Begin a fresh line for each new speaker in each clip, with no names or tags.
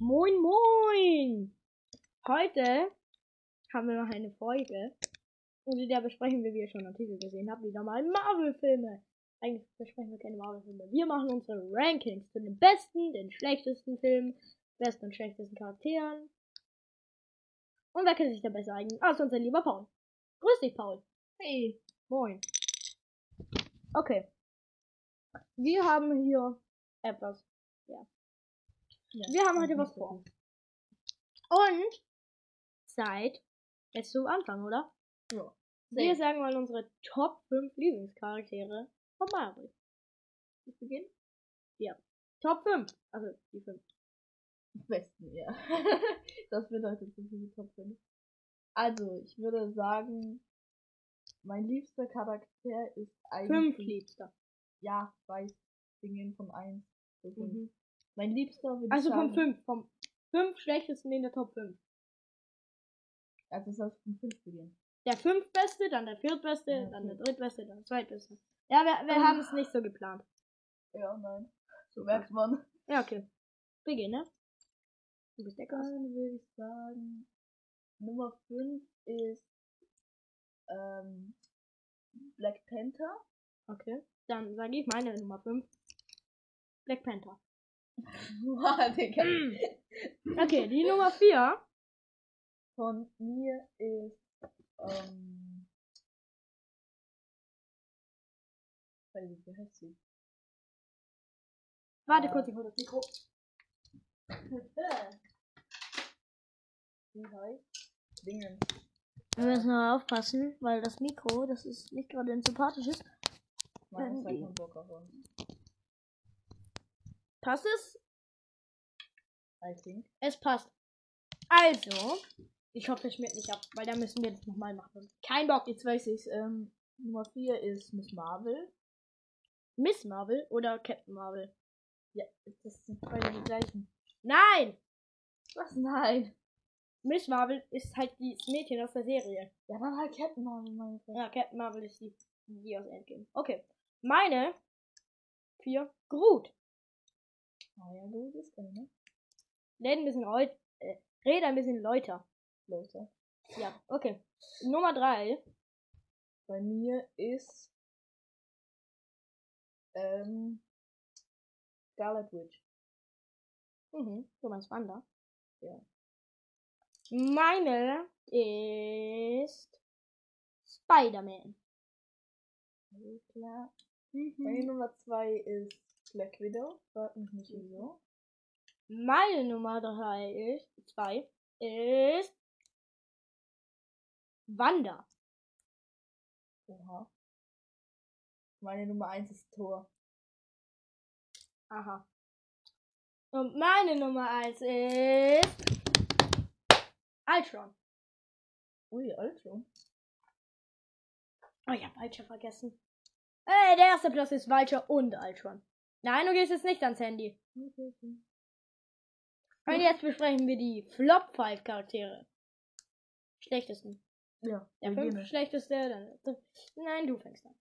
Moin, moin! Heute haben wir noch eine Folge. Und in der besprechen wir, wie ihr schon am Titel gesehen habt, wieder mal Marvel-Filme. Eigentlich besprechen wir keine Marvel-Filme. Wir machen unsere Rankings zu den besten, den schlechtesten Filmen, besten und schlechtesten Charakteren. Und wer kann sich da besser eignen? Als unser lieber Paul. Grüß dich, Paul.
Hey.
Moin. Okay. Wir haben hier etwas. Ja. Wir haben heute halt was vor. Und Zeit jetzt zum Anfang, oder?
Ja.
Wir sagen mal unsere Top 5 Lieblingscharaktere von Marvel.
Ich beginne?
Top 5. Also die 5.
Am besten, ja. das bedeutet so viel Top 5. Also, ich würde sagen, mein liebster Charakter ist eigentlich.
5 liebster.
Ja, weiß. Wir gehen von 1 bis 5. Mein liebster würde
Mhm. Also
ich Mhm.
von
sagen.
5. Vom 5 schlechtesten in der Top 5.
Also, das heißt, von 5 beginnen.
Der 5 beste, dann der viertbeste,
Ja,
dann der
okay.
drittbeste, dann der zweitbeste. Ja, wir, wir
Ah.
haben es nicht so geplant.
Ja, nein. So merkt man.
Ja, okay. Beginne. Du bist der Gast.
Dann würde ich sagen, Nummer 5 ist. Ähm, Black Panther. Ähm.
Okay. Dann sage ich meine Nummer 5. Black Panther.
Boah, Digga.
Okay, die Nummer 4.
Von mir ist. Ähm, weiß nicht, wie heißt sie?
Warte kurz, ich hole das Mikro.
Wie heißt? Dingen.
Wir müssen aber aufpassen, weil das Mikro, das ist nicht gerade ein sympathisches.
Nein, das hat
Irgendwie.
keinen Bock auf uns.
Passt es?
I think.
Es passt. Also, ich hoffe, es schmiert nicht ab, weil dann müssen wir das nochmal machen. Kein Bock.
Jetzt weiß ich's.
äh,
Ähm, Nummer 4 ist Miss Marvel.
Miss Marvel oder Captain Marvel?
Ja, das sind beide die gleichen.
Nein!
Was? Nein.
Miss Marvel ist halt die das Mädchen aus der Serie.
Ja, dann halt Captain Marvel, meine ich.
Ja, Captain Marvel ist die, die aus Endgame. Okay. Meine vier Groot.
Ah ja, du bist der, ne?
Red ein bisschen Leut äh, red ein bisschen Leuter.
Leute.
Ja, okay. Nummer drei.
Bei mir ist. Ähm. Scarlet Witch.
Mhm, du meinst Wanda?
Ja.
Meine ist Spider-Man.
Alles klar. Meine
Mhm.
Nummer 2 ist Black Widow. Fragt mich nicht wieso.
Meine Nummer drei ist, zwei ist Wanda.
Oha. Meine Nummer 1 ist Thor.
Aha. Und meine Nummer eins ist Ultron.
Ui, Ultron.
Oh, ich hab Vulture vergessen. Äh, der erste Platz ist Vulture und Ultron. Nein, du gehst jetzt nicht ans Handy. Und
Hm.
jetzt besprechen wir die Flop 5 Charaktere. Schlechtesten.
Ja, genau.
Der fünf schlechteste, dann. der- Nein, du fängst an.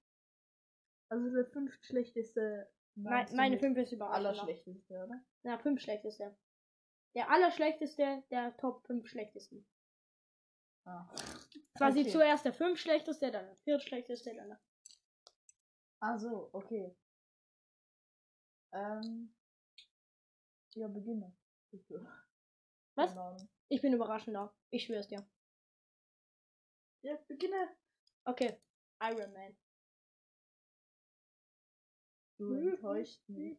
Also der fünft schlechteste.
Me meine fünf ist überall.
Allerschlechteste, oder?
Na, fünf schlechteste. Der allerschlechteste, der Top 5 schlechtesten.
Ah.
Quasi
Okay.
zuerst der fünf schlechteste, dann der viertschlechteste, dann der.
Ach Ah, so, okay. Ähm. Ja, beginne. Bitte.
Was?
Keine Ahnung.
Ich bin überraschender. Ich schwör's dir.
Ja, beginne.
Okay. Iron Man.
Du
Mhm.
enttäuscht mich.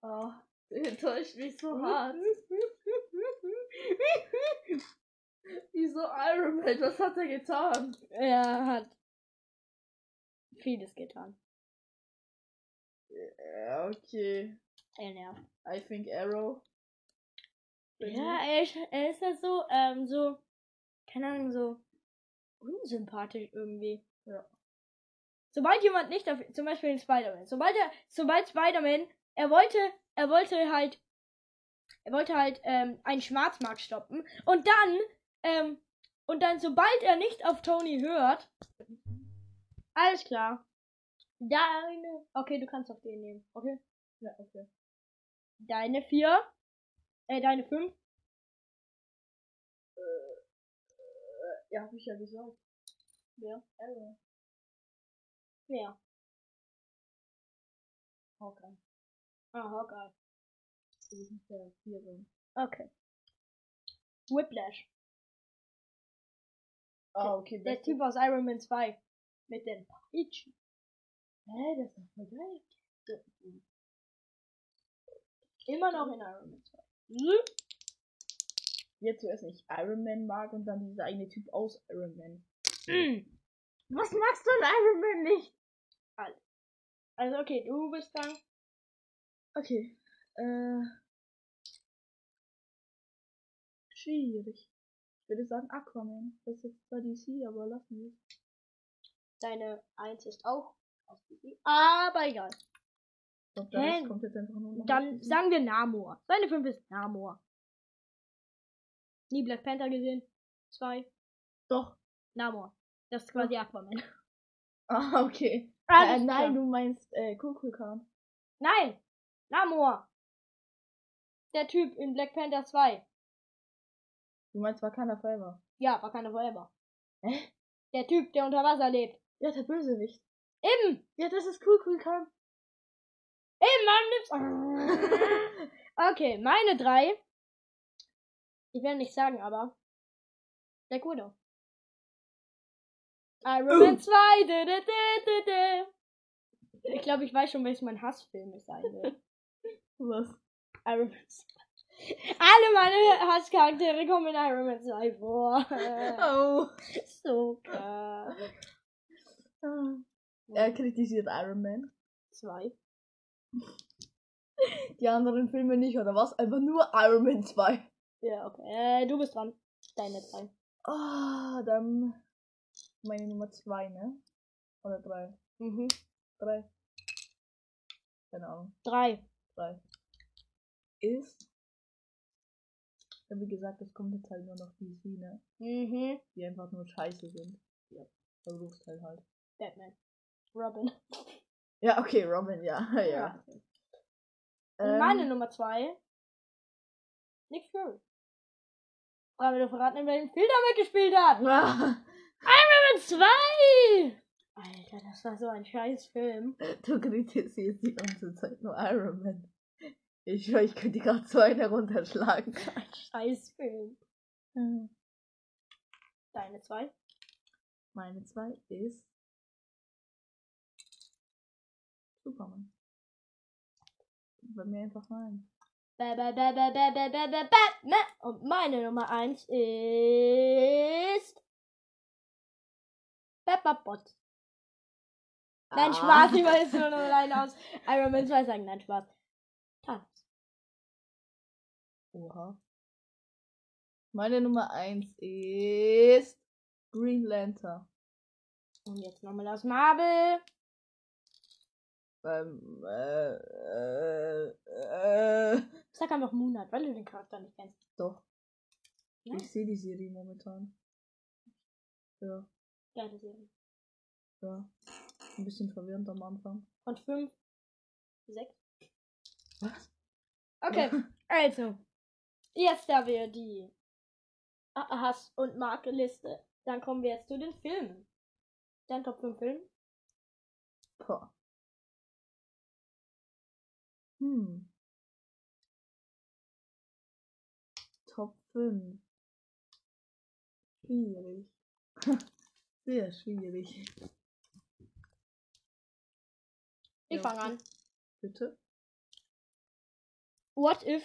Oh, du enttäuscht mich so hart. Wieso Iron Man? Was hat er getan?
Er hat vieles getan.
Ja, okay.
Er nervt.
I think Arrow.
Ja, er ist, er ist ja so, ähm, so, keine Ahnung, so unsympathisch irgendwie.
Ja.
Sobald jemand nicht auf, zum Beispiel in Spider-Man, sobald er, sobald Spider-Man, er wollte, er wollte halt, er wollte halt, ähm, einen Schwarzmarkt stoppen und dann, ähm, und dann, sobald er nicht auf Tony hört, alles klar. Deine, okay, du kannst auf den nehmen, okay?
Ja, okay.
Deine vier Äh, deine 5?
Ja, hab ich ja gesagt. Wer? Arrow.
Ja.
Hawkeye.
Ah, Hawkeye.
Du bist nicht der Vierer.
Okay. Whiplash.
Ah, okay.
Der
beste-
Typ aus Iron Man 2. Mit den Peitschen.
Hä, das ist doch voll geil.
Immer noch in Iron Man 2. Hm?
Jetzt zuerst nicht Iron Man mag und dann dieser eine Typ aus Iron Man.
Mm.
Was magst du an Iron Man nicht?
Also, okay, du bist dann.
Okay. Äh. Schwierig. Ich würde sagen Aquaman. Das ist jetzt zwar DC, aber lassen wir es.
Deine 1 ist auch aus DC. Aber egal.
Doch, da
Hä?
kommt jetzt einfach nur noch.
Dann sagen wir Namor. Seine 5 ist Namor. Nie Black Panther gesehen. 2.
Doch.
Namor. Das ist quasi Aquaman.
Ah, okay. Äh,
Alles
nein,
klar.
du meinst äh, Kukulkan.
Nein! Namor! Der Typ in Black Panther 2.
Du meinst Wakanda Forever.
Ja, war keine Forever.
Hä?
Der Typ, der unter Wasser lebt.
Ja, der Bösewicht.
Im!
Ja, das ist Kukulkan.
Im Mann Okay, meine drei. Ich werde nicht sagen, aber. Black Widow. Iron Man 2. dä, dä, dä, dä, dä. Ich glaube, ich weiß schon, welches mein Hassfilm ist sein wird.
Was?
Iron Man 2. Alle meine Hasscharaktere kommen in Iron Man 2 vor.
Oh.
so krass.
Ah. Er kritisiert Iron Man.
Zwei.
Die anderen Filme nicht, oder was? Einfach nur Iron Man 2.
Ja, okay. Äh, du bist dran. Deine drei.
Ah, dann meine Nummer 2, ne? Oder 3.
Mhm.
3. Keine Ahnung.
Drei.
3. Ist. Ja, wie gesagt, es kommt jetzt halt nur noch DC, ne?
Mhm.
Die einfach nur scheiße sind. Ja. Der Großteil halt.
Batman. Robin.
Ja, okay, Robin, ja. ja.
Und
Ähm,
meine Nummer zwei. Nick Fury. Aber du verraten, in welchem Film er mitgespielt hat.
Ähm,
Batman 2! Alter, das war so ein scheiß Film.
Du kritisierst die ganze Zeit nur Iron Man. Ich schwör, ich könnte dir gerade so eine runterschlagen.
Ein scheiß Film. Deine zwei.
Meine zwei ist Superman. Bei mir einfach nein.
Ba, ba, ba, ba, ba, ba, ba, ba, Batman. Und meine Nummer eins ist... Pepper Potts.
Ah.
Nein, Spaß, ich weiß nur noch allein aus Iron Man 2 sagen. Nein, Spaß. Thanos.
Oha. Meine Nummer eins ist Green Lantern.
Und jetzt nochmal aus Marvel.
Ähm, äh, äh, äh,
Sag einfach Moon Knight, weil du den Charakter nicht kennst.
doch.
Ja?
Ich sehe die Serie momentan. Ja,
Geile Serie.
ja. Ein bisschen verwirrend am Anfang.
Von 5, 6.
Was?
Okay, also. Jetzt haben wir die A- Hass- und Marke-Liste. Dann kommen wir jetzt zu den Filmen. Dein Top 5 Film?
Boah. Hm. Top 5. Schwierig. Sehr schwierig.
Ich
Ja.
fange an.
Bitte?
What if?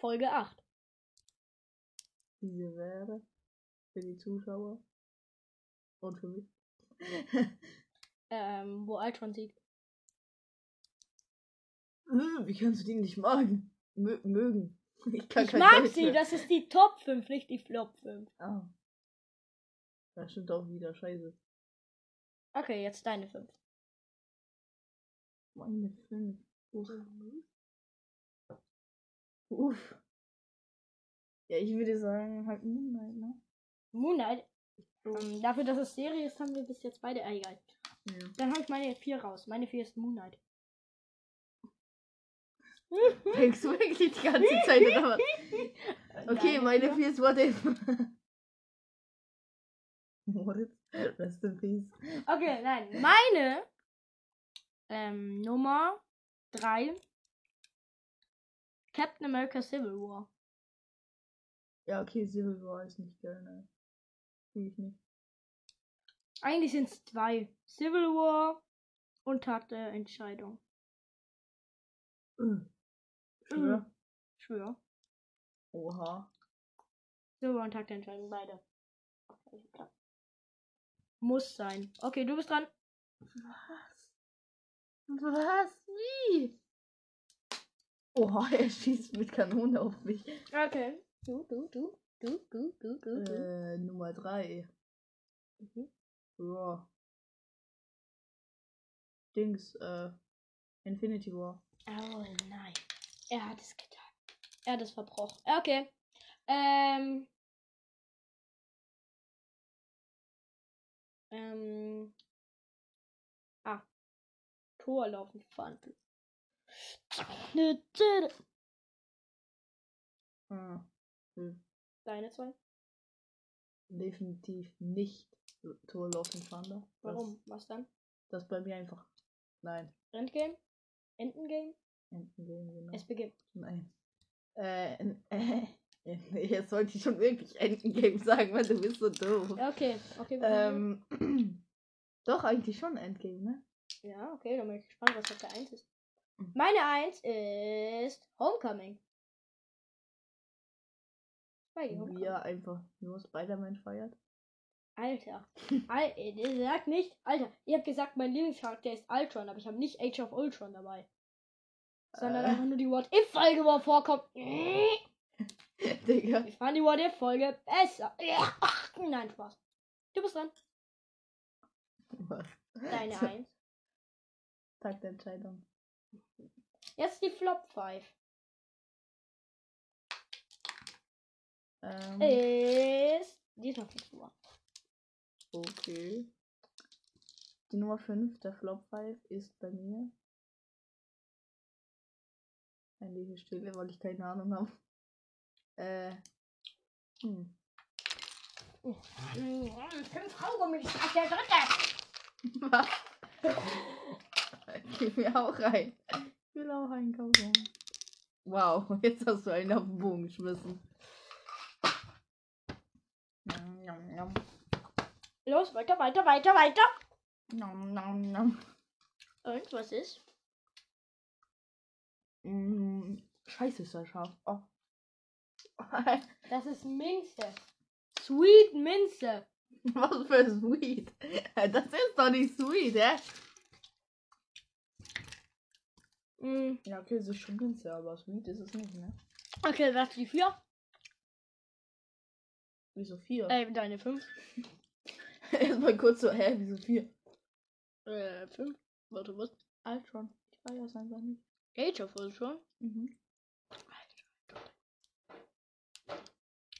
Folge 8.
Diese wäre für die Zuschauer und für mich.
Ähm, wo Ultron sieht.
Äh, Wie kannst du die nicht magen? Mö mögen. Ich kann
Ich
kein
mag
Deutsch
sie,
mehr.
das ist die Top 5, nicht die Flop 5.
Ah. Das stimmt auch wieder. Scheiße.
Okay, jetzt deine 5.
Meine fünf. Uff. Uff. Ja, ich würde sagen, halt Moonlight, ne?
Moonlight. Ähm, dafür, dass es Serie ist, haben wir bis jetzt beide. Ah, egal.
Ja.
Dann habe ich meine 4 raus. Meine 4 ist Moonlight.
Denkst du wirklich die ganze Zeit oder was? Okay,
Deine
meine
Tür.
vier ist What If. Moritz, rest in peace.
Okay, nein. Meine ähm, Nummer 3. Captain America Civil War.
Ja, okay, Civil War ist nicht geil, ne? Fühl ich nicht.
Eigentlich sind es zwei. Civil War und Tag der Entscheidung.
Ugh. Schwör.
Schwör.
Oha.
Silber und Tag der Entscheidung, beide. Okay, klar. Muss sein. Okay, du bist dran.
Was? Wie? Oha, er schießt mit Kanone auf mich.
Okay. Du, du, du, du, du, du, du, du.
Äh, Nummer 3.
Mhm.
Raw. Dings, äh, Infinity War.
Oh nein. Er hat es getan. Er hat es verbrochen. Okay. Ähm. Ähm. Ah. Tor laufen fand.
Ah. Hm.
Deine zwei?
Definitiv nicht Tor Love and Thunder. Das-
Warum? Was dann?
Das, bei mir einfach. Nein.
Endgame? Endengame?
Endgame, genau.
Es beginnt.
Nein. Äh, äh, äh, jetzt sollte ich schon wirklich Endgame sagen, weil du bist so doof.
Ja, Okay, okay. wir machen
Ähm, doch, eigentlich schon Endgame, ne?
jetzt- Ja, okay, dann bin ich gespannt, was auf der 1 ist.
Mhm.
Meine 1 ist Homecoming. Spidey, Homecoming.
Wie er einfach nur Spider-Man feiert.
Alter. Al äh, ihr sagt nicht, Alter, ihr habt gesagt, mein Lieblingscharakter ist Ultron, aber ich habe nicht Age of Ultron dabei. Sondern
Äh.
einfach nur die What-If-Folge, wo er vorkommt. Ich
Digga.
fand die What-If-Folge besser. Nein, Spaß. Du bist dran.
Was?
Deine
So,
1.
Tag der Entscheidung.
Jetzt die Flop 5.
Ähm,
Ist. Diesmal 5 Uhr.
Okay. Die Nummer 5 der Flop 5 ist bei mir. Eine Stille, weil ich keine Ahnung habe. Äh. Hm.
Fünf Kaugummi, das ist der dritte.
Was? Gib mir auch rein. Ich will auch einen Kaugummi. Wow, jetzt hast du einen auf den Bogen geschmissen. Nom, nom, nom.
Los, weiter, weiter, weiter, weiter.
Nom, nom, nom.
Und was ist?
Mm, scheiße, ist das scharf. Oh.
Das ist Minze. Sweet Minze.
Was für sweet. Das ist doch nicht sweet, hä?
Mm,
Ja, okay, es ist schon günstig, aber sweet ist es nicht, ne?
Okay, was die vier?
Wieso vier?
Äh, deine fünf.
Erstmal kurz so, hä, wieso vier?
Äh, fünf. Warte, was?
Altron. Ich weiß das einfach nicht.
Age of Ultron?
Mhm.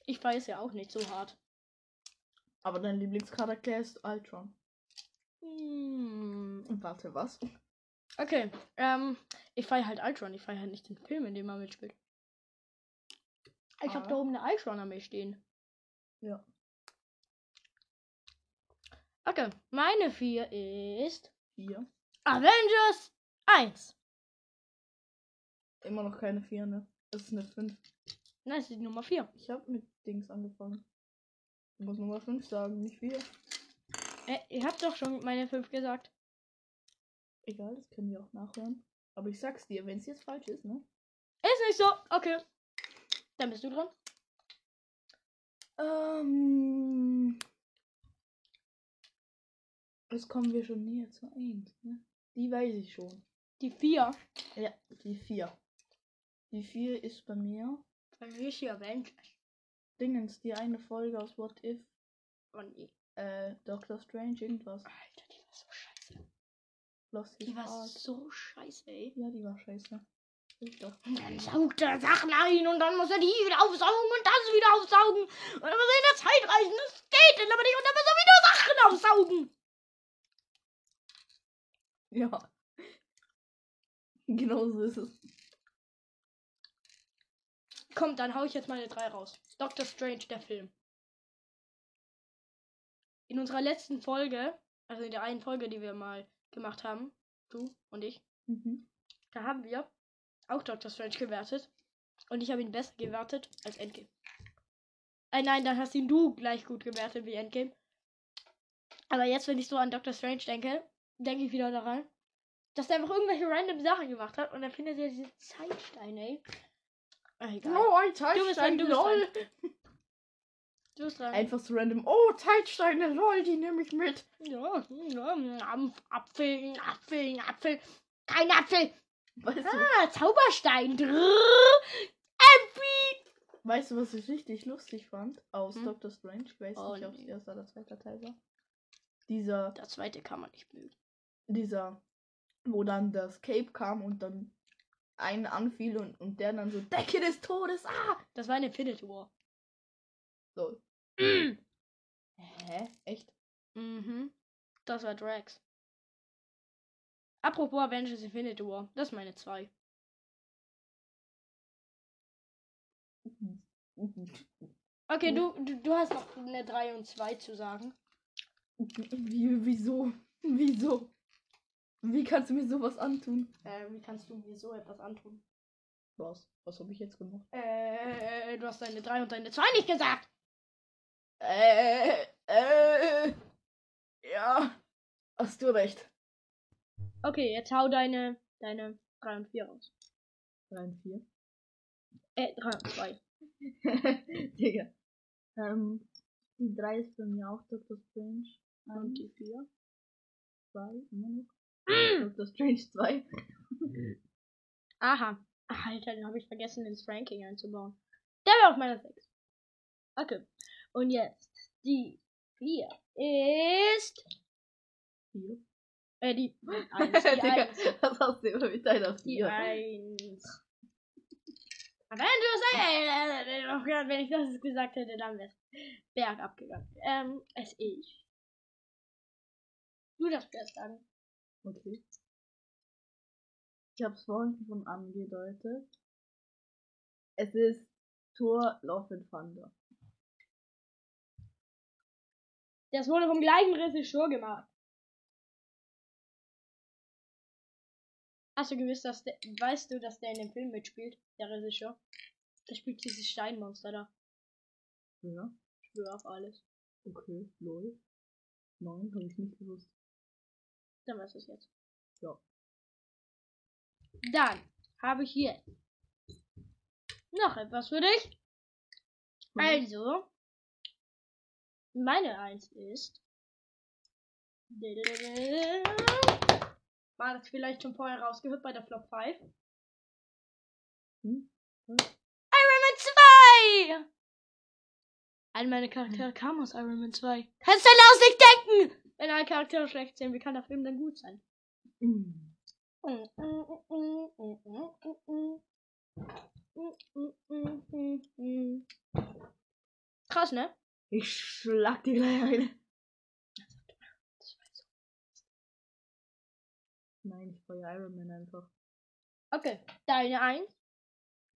Ich weiß ja auch nicht so hart.
Aber dein Lieblingscharakter ist Altron.
Mm,
Warte, was?
Okay, ähm, ich feiere halt Ultron. Ich feiere halt nicht den Film, in dem er mitspielt. Ich habe
Ah.
da oben eine Ultron-Armee stehen.
Ja.
Okay, meine vier ist
Vier.
Avengers 1.
Immer noch keine vier, ne? Das ist eine fünf.
Nein, das ist die Nummer 4.
Ich hab mit Dings angefangen. Du musst Nummer fünf sagen, nicht vier.
Äh, ihr habt doch schon meine 5 gesagt.
Egal, das können wir auch nachhören. Aber ich sag's dir, wenn es jetzt falsch ist, ne?
Ist nicht so. Okay. Dann bist du dran.
Ähm. Jetzt kommen wir schon näher zur 1, ne? Die weiß ich schon.
Die 4.
Ja, die 4. Die 4 ist bei mir.
Bei mir ist die Avengers.
Dingens, die eine Folge aus What If,
Oh nee.
äh, Doctor Strange, irgendwas.
Alter, die war so scheiße. Oh.
Lost
Die
His
war
Art.
so scheiße, ey.
Ja, die war scheiße. Ich doch.
Und dann saugt er Sachen ein und dann muss er die wieder aufsaugen und das wieder aufsaugen. Und dann muss er in der Zeit reisen. Das geht dann aber nicht. Und dann muss er wieder Sachen aufsaugen.
Ja. genau so ist es.
Komm, dann hau ich jetzt meine drei raus. Doctor Strange, der Film. In unserer letzten Folge, also in der einen Folge, die wir mal gemacht haben, du und ich,
Mhm.
da haben wir auch Doctor Strange gewertet. Und ich habe ihn besser gewertet als Endgame. Äh, nein, dann hast ihn du gleich gut gewertet wie Endgame. Aber jetzt, wenn ich so an Doctor Strange denke, denke ich wieder daran, dass er einfach irgendwelche random Sachen gemacht hat und dann findet er diese Zeitsteine, ey. Ach, egal.
Oh,
Du
ein
bist dran,
Zeitstein,
du bist
lol.
dran. Du bist dran.
Einfach so random. Oh, Zeitsteine, lol, die nehme ich mit.
Ja, ja, am Apfel, Apfel, Apfel. Kein Apfel.
Weißt du,
Ah, Zauberstein. Drrrr. Apfel.
Weißt du, was ich richtig lustig fand? Aus
Hm?
Doctor Strange. Ich weiß
Oh,
nicht, ob es
nee.
erster oder zweiter Teil war. Dieser,
Der zweite kann man nicht mögen.
dieser, wo dann das Cape kam und dann einen anfiel und, und der dann so, Decke des Todes, ah!
Das war eine Infinity War.
So. Hä? Echt?
Mhm. Das war Drax. Apropos Avengers Infinity War. Das ist meine zwei. Okay, du, du, du hast noch eine 3 und 2 zu sagen.
Wie, wieso? Wieso? Wie kannst du mir sowas antun?
Äh, wie kannst du mir so etwas antun?
Was? Was habe ich jetzt gemacht?
Äh, du hast deine 3 und deine 2 nicht gesagt.
Äh, äh, ja. Hast du recht.
Okay, jetzt hau deine, deine 3 und 4 raus.
Rein vier.
Äh, 3 und 2.
Digga. Ähm, die 3 ist bei mir auch Dr. Strange.
Und
Und
die 4.
2 immer noch. Dr. Strange 2.
Aha. Ach, Alter, den habe ich vergessen ins Ranking einzubauen. Der wäre auf meiner 6. Okay. Und jetzt die 4 ist.
4.
Äh, die 1. Die
Digga,
1.
was hast du immer mit deiner
Die
4?
1. Avengers, ey, äh, oh Gott, wenn ich das gesagt hätte, dann wär's bergab gegangen. Ähm, es ich. Du darfst erst sagen.
Okay. Ich hab's vorhin schon angedeutet. Es ist Thor Love and Thunder.
Das wurde vom gleichen Regisseur gemacht. Hast du gewusst, dass der, weißt du, dass der in dem Film mitspielt, der Regisseur? Der spielt dieses Steinmonster da.
Ja,
Ich schwöre auf alles.
okay, lol. Nein, hab ich nicht gewusst.
Dann weißt du es jetzt.
Ja.
Dann habe ich hier noch etwas für dich.
Mhm.
Also, meine Eins ist. War das vielleicht schon vorher rausgehört bei der Flop 5? Iron
Hm?
Man 2! All meine Charaktere kamen aus Iron Man 2. Hm. Kannst du deine Aussicht denken? Wenn alle Charaktere schlecht sind, wie kann der Film dann gut sein?
Mm.
Krass, ne?
Ich schlag dir gleich eine. Nein, ich feuer Iron Man einfach.
Okay, deine Eins.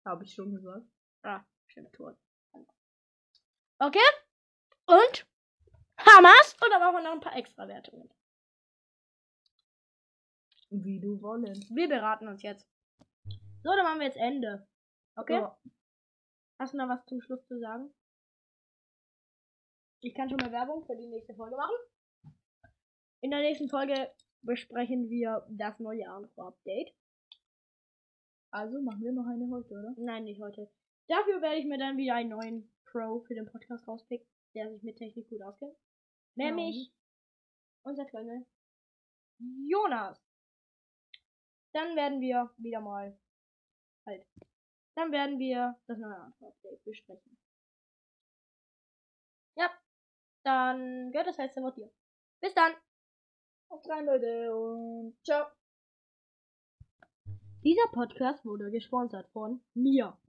Habe ich schon gesagt.
Ah, stimmt, tot. Okay. Und Hamas. Und dann machen wir noch ein paar extra Wertungen.
Wie du wollen.
Wir beraten uns jetzt. So, dann machen wir jetzt Ende. Okay?
Ja.
Hast du noch was zum Schluss zu sagen? Ich kann schon mal Werbung für die nächste Folge machen. In der nächsten Folge besprechen wir das neue Armco-Update.
Also machen wir noch eine heute, oder?
Nein, nicht heute. Dafür werde ich mir dann wieder einen neuen Pro für den Podcast rauspicken, der sich mit Technik gut auskennt. Nämlich
Genau.
unser kleiner Jonas. Dann werden wir wieder mal halt. Dann werden wir das neue Armco-Update besprechen. Ja. Dann gehört das heißt Wort dir. Bis dann!
Auf rein, Leute, und ciao.
Dieser Podcast wurde gesponsert von mir.